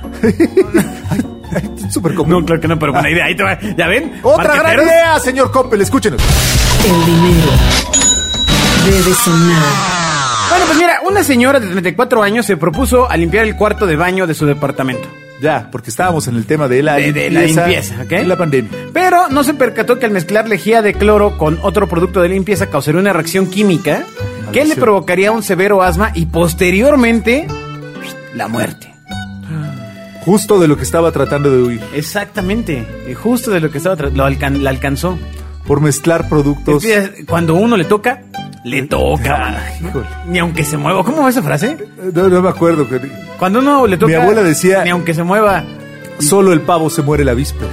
[SPEAKER 3] Super
[SPEAKER 2] No, claro que no, pero buena idea. Ahí te va. ¿Ya ven?
[SPEAKER 3] Otra gran
[SPEAKER 2] Marqueteros.
[SPEAKER 3] idea, señor Coppel, escúchenos.
[SPEAKER 1] El dinero debe sonar.
[SPEAKER 2] Bueno, pues mira, una señora de 34 años se propuso a limpiar el cuarto de baño de su departamento.
[SPEAKER 3] Ya, porque estábamos en el tema de la
[SPEAKER 2] de, de la limpieza, ¿ok?
[SPEAKER 3] de la pandemia.
[SPEAKER 2] Pero no se percató que al mezclar lejía de cloro con otro producto de limpieza causaría una reacción química que le
[SPEAKER 3] Maldición.
[SPEAKER 2] provocaría un severo asma y posteriormente la muerte.
[SPEAKER 3] Justo de lo que estaba tratando de huir.
[SPEAKER 2] Exactamente, eh, justo de lo que estaba, tra- lo alcan- la alcanzó.
[SPEAKER 3] Por mezclar
[SPEAKER 2] Es
[SPEAKER 3] productos.
[SPEAKER 2] que Cuando uno le toca, le toca. man.
[SPEAKER 3] Ah, híjole.
[SPEAKER 2] Ni aunque se mueva. ¿Cómo va esa frase?
[SPEAKER 3] Eh, No, no me acuerdo. que-
[SPEAKER 2] Cuando uno le toca.
[SPEAKER 3] Mi abuela decía-
[SPEAKER 2] Ni aunque se mueva.
[SPEAKER 3] Solo el pavo se muere la víspera.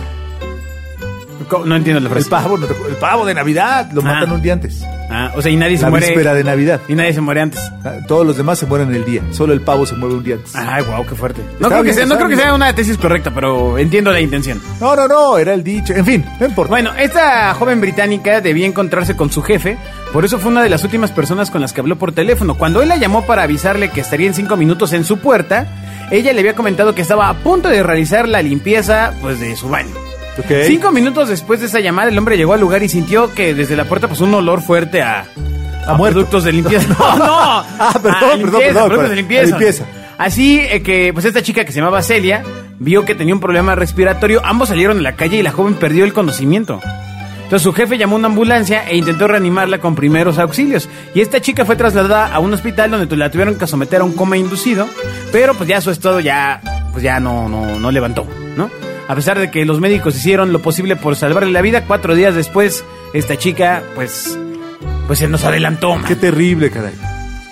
[SPEAKER 2] Co- No entiendo la
[SPEAKER 3] El
[SPEAKER 2] frase.
[SPEAKER 3] pavo, no te acuerdas. el pavo de Navidad lo
[SPEAKER 2] Ah.
[SPEAKER 3] matan un día antes.
[SPEAKER 2] Ah, o sea, y nadie se
[SPEAKER 3] la
[SPEAKER 2] muere.
[SPEAKER 3] víspera de Navidad.
[SPEAKER 2] Y nadie se muere antes.
[SPEAKER 3] Ah, Todos los demás se mueren el día. Solo el pavo se muere un día antes.
[SPEAKER 2] Ay, wow, qué fuerte. No
[SPEAKER 3] Está
[SPEAKER 2] creo, que
[SPEAKER 3] bien,
[SPEAKER 2] sea, no
[SPEAKER 3] está
[SPEAKER 2] creo que
[SPEAKER 3] bien.
[SPEAKER 2] sea una tesis correcta, pero entiendo la intención.
[SPEAKER 3] No, no, no, era el dicho. En fin, no importa.
[SPEAKER 2] Bueno, esta joven británica debía encontrarse con su jefe, por eso fue una de las últimas personas con las que habló por teléfono. Cuando él la llamó para avisarle que estaría en cinco minutos en su puerta, ella le había comentado que estaba a punto de realizar la limpieza pues, de su baño.
[SPEAKER 3] Ok.
[SPEAKER 2] Cinco minutos después de esa llamada, el hombre llegó al lugar y sintió que desde la puerta pasó un olor fuerte a,
[SPEAKER 3] A muerto.
[SPEAKER 2] productos de limpieza. No, no.
[SPEAKER 3] Ah, perdón,
[SPEAKER 2] A
[SPEAKER 3] perdón,
[SPEAKER 2] limpieza,
[SPEAKER 3] perdón,
[SPEAKER 2] productos
[SPEAKER 3] perdón.
[SPEAKER 2] de limpieza.
[SPEAKER 3] A limpieza.
[SPEAKER 2] Así eh, que, pues esta chica que se llamaba Celia vio que tenía un problema respiratorio. Ambos salieron a la calle y la joven perdió el conocimiento. Entonces su jefe llamó a una ambulancia e intentó reanimarla con primeros auxilios. Y esta chica fue trasladada a un hospital donde la tuvieron que someter a un coma inducido, pero pues ya su estado ya, pues ya no, no, no levantó, ¿no? A pesar de que los médicos hicieron lo posible por salvarle la vida, cuatro días después, esta chica, pues, pues se nos adelantó. man.
[SPEAKER 3] Qué terrible, caray.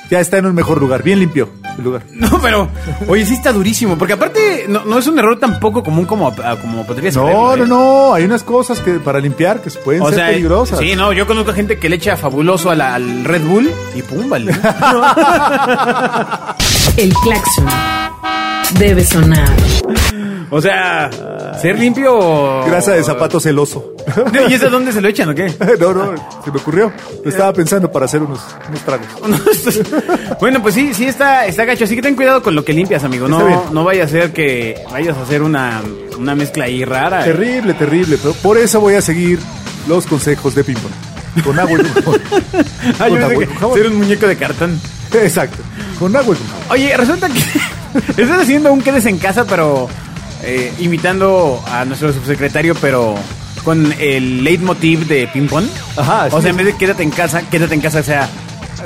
[SPEAKER 3] Ya está en un mejor lugar, bien limpio el lugar.
[SPEAKER 2] No, pero, oye, sí está durísimo, porque aparte no, no es un error tan poco común como, ah, como podría ser.
[SPEAKER 3] No, no, no. Hay unas cosas que para limpiar que pueden
[SPEAKER 2] O
[SPEAKER 3] ser
[SPEAKER 2] sea,
[SPEAKER 3] peligrosas.
[SPEAKER 2] sí, no, yo conozco gente que le echa fabuloso a la- al Red Bull y pum, vale.
[SPEAKER 1] El claxon debe sonar.
[SPEAKER 2] o sea, ser limpio.
[SPEAKER 3] Grasa de zapato celoso.
[SPEAKER 2] ¿Y es a dónde se lo echan o qué?
[SPEAKER 3] no, no, se me ocurrió. Lo estaba pensando para hacer unos, unos tragos.
[SPEAKER 2] bueno, pues sí, sí está, está gacho. Así que ten cuidado con lo que limpias, amigo.
[SPEAKER 3] Está bien.
[SPEAKER 2] No, no vaya a ser que vayas a hacer una, una mezcla ahí rara.
[SPEAKER 3] Terrible, terrible. Pero por eso voy a seguir los consejos de Pimpón. Con agua y con jabón.
[SPEAKER 2] Ah, yo
[SPEAKER 3] Con
[SPEAKER 2] pensé
[SPEAKER 3] agua y
[SPEAKER 2] que
[SPEAKER 3] con jabón.
[SPEAKER 2] ser un muñeco de cartón.
[SPEAKER 3] Exacto. Con agua y con jabón.
[SPEAKER 2] Oye, resulta que están haciendo un quedes en casa, pero eh, imitando a nuestro subsecretario, pero con el leitmotiv de ping-pong.
[SPEAKER 3] Ajá,
[SPEAKER 2] O
[SPEAKER 3] sí.
[SPEAKER 2] sea, en vez de quédate en casa, quédate en casa, o sea,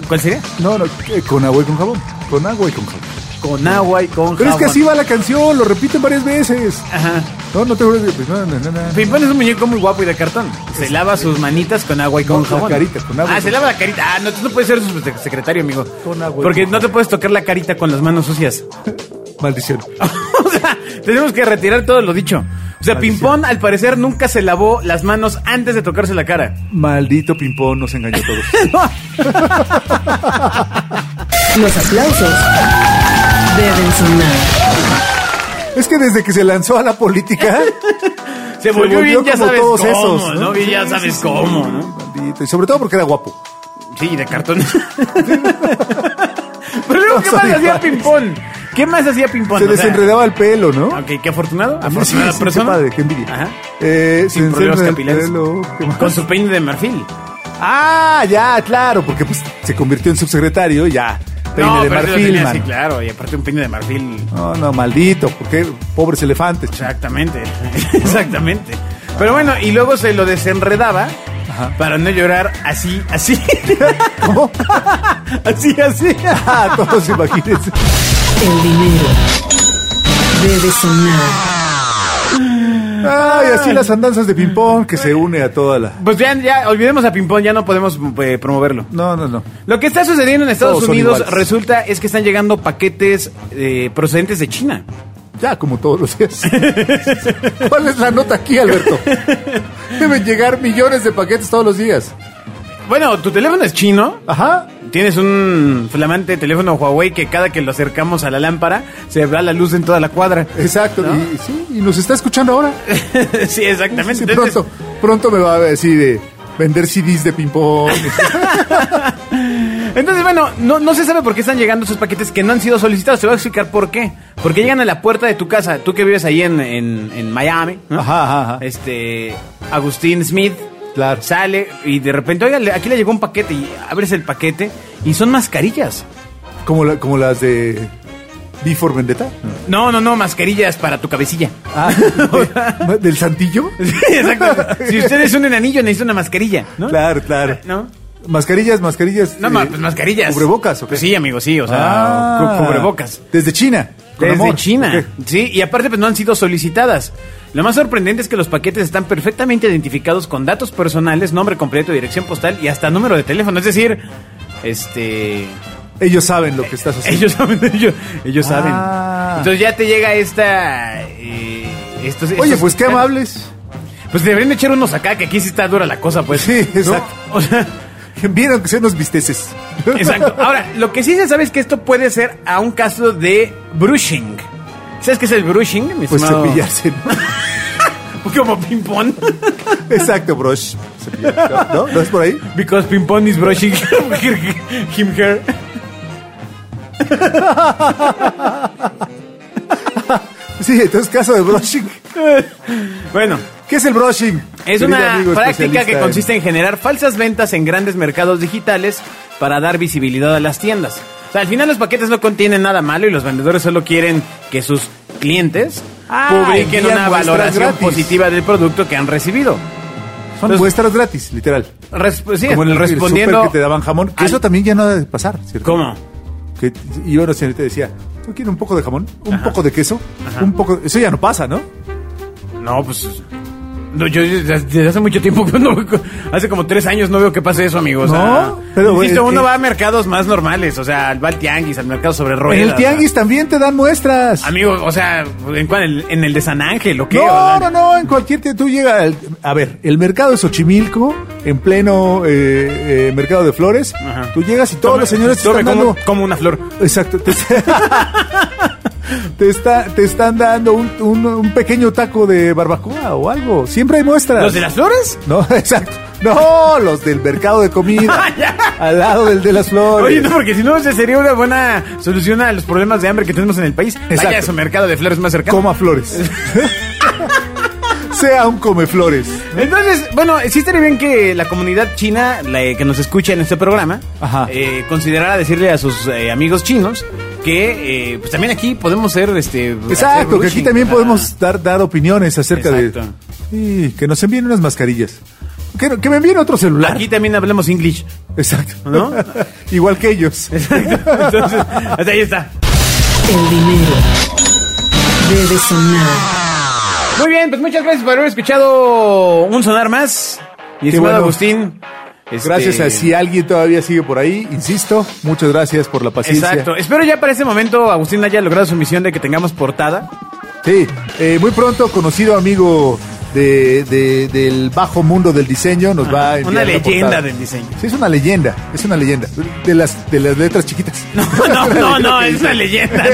[SPEAKER 2] ¿cuál sería?
[SPEAKER 3] No, no, eh, con agua y con jabón. Con agua y con jabón.
[SPEAKER 2] Con agua y con
[SPEAKER 3] Pero es que
[SPEAKER 2] jabón.
[SPEAKER 3] así va la canción, lo repiten varias veces.
[SPEAKER 2] Ajá.
[SPEAKER 3] No, no te jures. Pues, no, no, no, no.
[SPEAKER 2] Pimpón es un muñeco muy guapo y de cartón. Se lava sus manitas con agua y con
[SPEAKER 3] No, la
[SPEAKER 2] jabón.
[SPEAKER 3] carita, con agua y
[SPEAKER 2] ah,
[SPEAKER 3] con
[SPEAKER 2] se lava la carita. Ah, no, tú no puedes ser su secretario, amigo.
[SPEAKER 3] Con agua y
[SPEAKER 2] Porque
[SPEAKER 3] con
[SPEAKER 2] no te puedes tocar la carita con las manos sucias.
[SPEAKER 3] Maldición.
[SPEAKER 2] o sea, tenemos que retirar todo lo dicho. O sea,
[SPEAKER 3] Maldición.
[SPEAKER 2] Pimpón, al parecer, nunca se lavó las manos antes de tocarse la cara.
[SPEAKER 3] Maldito Pimpón nos engañó a todos.
[SPEAKER 1] Los aplausos deben sonar.
[SPEAKER 3] Es que desde que se lanzó a la política,
[SPEAKER 2] Se volvió,
[SPEAKER 3] volvió
[SPEAKER 2] bien, ya
[SPEAKER 3] como
[SPEAKER 2] sabes
[SPEAKER 3] todos
[SPEAKER 2] cómo,
[SPEAKER 3] esos, ¿no?
[SPEAKER 2] ¿no? Bien, ya
[SPEAKER 3] Sí,
[SPEAKER 2] sabes
[SPEAKER 3] sí, sí.
[SPEAKER 2] cómo, ¿no?
[SPEAKER 3] maldito, y sobre todo porque era guapo.
[SPEAKER 2] Sí, de cartón. Pero luego, ¿qué
[SPEAKER 3] No
[SPEAKER 2] más
[SPEAKER 3] soy
[SPEAKER 2] hacía
[SPEAKER 3] Juárez.
[SPEAKER 2] Pimpón? ¿Qué más hacía Pimpón?
[SPEAKER 3] Se
[SPEAKER 2] O sea,
[SPEAKER 3] desenredaba el pelo, ¿no? Ah,
[SPEAKER 2] Ok, qué afortunado.
[SPEAKER 3] Sí,
[SPEAKER 2] Afortunada
[SPEAKER 3] sí, qué
[SPEAKER 2] persona.
[SPEAKER 3] padre, qué envidia.
[SPEAKER 2] Ajá.
[SPEAKER 3] Eh, se
[SPEAKER 2] Sin problemas
[SPEAKER 3] encerra el
[SPEAKER 2] capilares.
[SPEAKER 3] pelo, ¿qué más?
[SPEAKER 2] Con su peine de marfil.
[SPEAKER 3] Ah, ya, claro, porque pues se convirtió en subsecretario y ya. Peine de
[SPEAKER 2] pero sí lo
[SPEAKER 3] marfil,
[SPEAKER 2] tenía así,
[SPEAKER 3] mano.
[SPEAKER 2] claro. Y aparte un peine de marfil.
[SPEAKER 3] No, no, maldito, porque pobres elefantes. ch-
[SPEAKER 2] Exactamente. Exactamente. Pero bueno, y luego se lo desenredaba
[SPEAKER 3] Ajá.
[SPEAKER 2] para no llorar así, así.
[SPEAKER 3] ¿Cómo?
[SPEAKER 2] así, así.
[SPEAKER 3] Ah, todos imagínense.
[SPEAKER 1] El dinero debe sonar.
[SPEAKER 3] Ay, así las andanzas de ping-pong que se une a toda la.
[SPEAKER 2] Pues ya, ya, olvidemos a Pimpón, ya no podemos eh, promoverlo.
[SPEAKER 3] No, no, no.
[SPEAKER 2] Lo que está sucediendo en Estados
[SPEAKER 3] Todos son
[SPEAKER 2] Unidos
[SPEAKER 3] iguales.
[SPEAKER 2] resulta es que están llegando paquetes eh, procedentes de China.
[SPEAKER 3] Ya, como todos los días. ¿Cuál es la nota aquí, Alberto? Deben llegar millones de paquetes todos los días.
[SPEAKER 2] Bueno, tu teléfono es chino.
[SPEAKER 3] Ajá.
[SPEAKER 2] Tienes un flamante teléfono Huawei que cada que lo acercamos a la lámpara se va la luz en toda la cuadra.
[SPEAKER 3] Exacto.
[SPEAKER 2] ¿No?
[SPEAKER 3] Y, sí, y nos está escuchando ahora.
[SPEAKER 2] sí, exactamente.
[SPEAKER 3] Sí,
[SPEAKER 2] Entonces,
[SPEAKER 3] pronto, pronto me va a decir de vender CDs de ping-pong. este,
[SPEAKER 2] entonces, bueno, no, no se sabe por qué están llegando esos paquetes que no han sido solicitados. Te voy a explicar por qué. Porque llegan a la puerta de tu casa. Tú que vives ahí en, en- en Miami. ¿no?
[SPEAKER 3] Ajá, ajá, ajá.
[SPEAKER 2] Este, Agustín Smith.
[SPEAKER 3] Claro.
[SPEAKER 2] Sale y de repente, oiga, le- aquí le llegó un paquete y abres el paquete y son mascarillas.
[SPEAKER 3] Como, la- como las de Before Vendetta.
[SPEAKER 2] No, no, no, mascarillas para tu cabecilla.
[SPEAKER 3] Ah, de- ¿Del Santillo?
[SPEAKER 2] Sí, exacto. Si usted es un enanillo, necesita una mascarilla, ¿no?
[SPEAKER 3] Claro, claro.
[SPEAKER 2] ¿No?
[SPEAKER 3] Mascarillas, mascarillas.
[SPEAKER 2] No,
[SPEAKER 3] eh,
[SPEAKER 2] ma- pues mascarillas.
[SPEAKER 3] ¿Cubrebocas o qué?
[SPEAKER 2] Pues sí, amigo, sí, o sea,
[SPEAKER 3] Ah.
[SPEAKER 2] cu- cubrebocas.
[SPEAKER 3] Desde China. con
[SPEAKER 2] Desde
[SPEAKER 3] amor.
[SPEAKER 2] China.
[SPEAKER 3] Ok.
[SPEAKER 2] Sí, y aparte pues no han sido solicitadas. Lo más sorprendente es que los paquetes están perfectamente identificados con datos personales, nombre completo, dirección postal y hasta número de teléfono. Es decir, este...
[SPEAKER 3] Ellos saben lo que estás haciendo.
[SPEAKER 2] Ellos saben, ellos, ellos
[SPEAKER 3] Pues Ah.
[SPEAKER 2] saben. Entonces ya te llega esta... eh, estos-
[SPEAKER 3] Oye,
[SPEAKER 2] estos-
[SPEAKER 3] pues qué amables.
[SPEAKER 2] Pues deberían echar unos acá, que aquí sí está dura la cosa, pues.
[SPEAKER 3] Sí,
[SPEAKER 2] ¿No?
[SPEAKER 3] exacto.
[SPEAKER 2] O sea,
[SPEAKER 3] Vieron que sean los visteces.
[SPEAKER 2] Exacto. Ahora, lo que sí se sabe es que esto puede ser a un caso de brushing. ¿Sabes qué es el brushing, mi
[SPEAKER 3] Pues
[SPEAKER 2] estimado?
[SPEAKER 3] cepillarse, ¿no?
[SPEAKER 2] Como ping-pong.
[SPEAKER 3] Exacto, brush. Cepillar, ¿No? ¿No es por ahí?
[SPEAKER 2] Because ping-pong is brushing him hair.
[SPEAKER 3] Sí, entonces caso de brushing.
[SPEAKER 2] Bueno,
[SPEAKER 3] ¿Qué es el brushing?
[SPEAKER 2] es
[SPEAKER 3] querido
[SPEAKER 2] una
[SPEAKER 3] amigo
[SPEAKER 2] práctica que
[SPEAKER 3] especialista
[SPEAKER 2] consiste en generar falsas ventas en grandes mercados digitales para dar visibilidad a las tiendas. O sea, al final los paquetes no contienen nada malo y los vendedores solo quieren que sus clientes
[SPEAKER 3] Ah,
[SPEAKER 2] publiquen
[SPEAKER 3] envían
[SPEAKER 2] una
[SPEAKER 3] muestras
[SPEAKER 2] valoración
[SPEAKER 3] gratis.
[SPEAKER 2] positiva del producto que han recibido.
[SPEAKER 3] Son
[SPEAKER 2] Entonces,
[SPEAKER 3] muestras gratis, literal.
[SPEAKER 2] resp- sí,
[SPEAKER 3] Como en el, respondiendo
[SPEAKER 2] respondiendo.
[SPEAKER 3] que te daban jamón. Que
[SPEAKER 2] al-
[SPEAKER 3] eso también ya no debe pasar, ¿cierto?
[SPEAKER 2] ¿Cómo?
[SPEAKER 3] Que iba una señorita y decía, ¿no quiere un poco de jamón? ¿Un
[SPEAKER 2] Ajá.
[SPEAKER 3] poco de queso?
[SPEAKER 2] Ajá.
[SPEAKER 3] ¿Un poco...? Eso ya no pasa, ¿no?
[SPEAKER 2] No, pues. no, yo desde desde hace mucho tiempo, que no- hace como tres años no veo que pase eso, amigos.
[SPEAKER 3] No, pero, güey,
[SPEAKER 2] insisto,
[SPEAKER 3] es
[SPEAKER 2] uno
[SPEAKER 3] que-
[SPEAKER 2] va a mercados más normales, o sea, va al tianguis, al mercado sobre ruedas.
[SPEAKER 3] en el tianguis también te dan muestras.
[SPEAKER 2] Amigos, o sea, ¿en cuál? ¿En el de San Ángel o qué? O
[SPEAKER 3] No,
[SPEAKER 2] sea,
[SPEAKER 3] no, no, en cualquier tie- tú llegas al- a ver, el mercado de Xochimilco, en pleno eh, eh, mercado de flores,
[SPEAKER 2] Ajá.
[SPEAKER 3] tú llegas y todos
[SPEAKER 2] Tome-
[SPEAKER 3] los señores te
[SPEAKER 2] tome
[SPEAKER 3] están
[SPEAKER 2] como,
[SPEAKER 3] dando...
[SPEAKER 2] como una flor.
[SPEAKER 3] Exacto, te, te está- te están dando un, un- un pequeño taco de barbacoa o algo, siempre hay muestras.
[SPEAKER 2] ¿Los de las flores?
[SPEAKER 3] No, exacto, no, los del mercado de comida,
[SPEAKER 2] Ya.
[SPEAKER 3] al lado del de las flores.
[SPEAKER 2] Oye, no, porque si no, esa sería una buena solución a los problemas de hambre que tenemos en el país. Vaya
[SPEAKER 3] Exacto.
[SPEAKER 2] a su mercado de flores más cercano.
[SPEAKER 3] Coma flores. sea un come flores.
[SPEAKER 2] Entonces, bueno, sí estaría bien que la comunidad china, la eh, que nos escucha en este programa,
[SPEAKER 3] Ajá.
[SPEAKER 2] eh, considerara decirle a sus eh, amigos chinos que eh, pues también aquí podemos ser este hacer
[SPEAKER 3] Pues Exacto, que aquí
[SPEAKER 2] brushing.
[SPEAKER 3] también
[SPEAKER 2] Ah,
[SPEAKER 3] podemos dar, dar opiniones acerca
[SPEAKER 2] Exacto.
[SPEAKER 3] de... Sí, que nos envíen unas mascarillas. Que, que me envíen otro celular.
[SPEAKER 2] Aquí también hablamos English.
[SPEAKER 3] Exacto.
[SPEAKER 2] ¿No?
[SPEAKER 3] Igual que ellos.
[SPEAKER 2] Entonces, hasta ahí está.
[SPEAKER 1] El dinero debe sonar.
[SPEAKER 2] Muy bien, pues muchas gracias por haber escuchado un sonar más. Y estimado
[SPEAKER 3] bueno.
[SPEAKER 2] Agustín. este,
[SPEAKER 3] Gracias a si alguien todavía sigue por ahí, insisto, muchas gracias por la paciencia.
[SPEAKER 2] Exacto. Espero ya para ese momento Agustín haya logrado su misión de que tengamos portada.
[SPEAKER 3] Sí, eh, muy pronto conocido amigo de, de- del bajo mundo del diseño nos va a enviar
[SPEAKER 2] Una
[SPEAKER 3] la
[SPEAKER 2] leyenda
[SPEAKER 3] portada.
[SPEAKER 2] del diseño.
[SPEAKER 3] Sí, es una leyenda, es una leyenda. De las, de las letras chiquitas.
[SPEAKER 2] No, no, no, no, es una leyenda,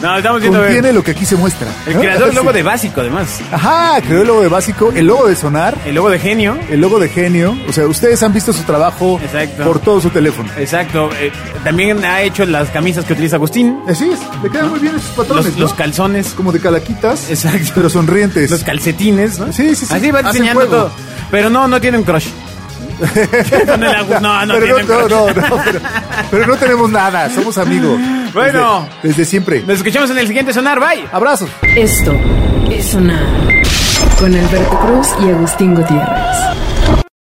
[SPEAKER 2] no. No, estamos viendo
[SPEAKER 3] Contiene lo que aquí se muestra.
[SPEAKER 2] el
[SPEAKER 3] ¿no?
[SPEAKER 2] creador
[SPEAKER 3] Sí.
[SPEAKER 2] logo de básico, además.
[SPEAKER 3] Ajá, creó el logo de básico, el logo de sonar,
[SPEAKER 2] El logo de genio.
[SPEAKER 3] el logo de genio. O sea, ustedes han visto su trabajo
[SPEAKER 2] Exacto.
[SPEAKER 3] por todo su teléfono.
[SPEAKER 2] Exacto. eh, también ha hecho las camisas que utiliza Agustín.
[SPEAKER 3] Así es, le quedan muy bien esos patrones.
[SPEAKER 2] Los,
[SPEAKER 3] ¿no?
[SPEAKER 2] los calzones.
[SPEAKER 3] Como de calaquitas,
[SPEAKER 2] Exacto.
[SPEAKER 3] pero sonrientes.
[SPEAKER 2] Los calcetines, ¿no?
[SPEAKER 3] Sí, sí, sí.
[SPEAKER 2] Así va
[SPEAKER 3] Hacen
[SPEAKER 2] diseñando
[SPEAKER 3] juego.
[SPEAKER 2] todo. Pero no, no tiene un crush. Con el Agus- no, no
[SPEAKER 3] pero
[SPEAKER 2] tiene un
[SPEAKER 3] no,
[SPEAKER 2] crush.
[SPEAKER 3] no, no, pero, pero no tenemos nada, somos amigos.
[SPEAKER 2] Bueno.
[SPEAKER 3] Desde, desde siempre.
[SPEAKER 2] Nos escuchamos en el siguiente sonar. Bye.
[SPEAKER 3] Abrazos.
[SPEAKER 1] Esto es sonar. Con Alberto Cruz y Agustín Gutiérrez.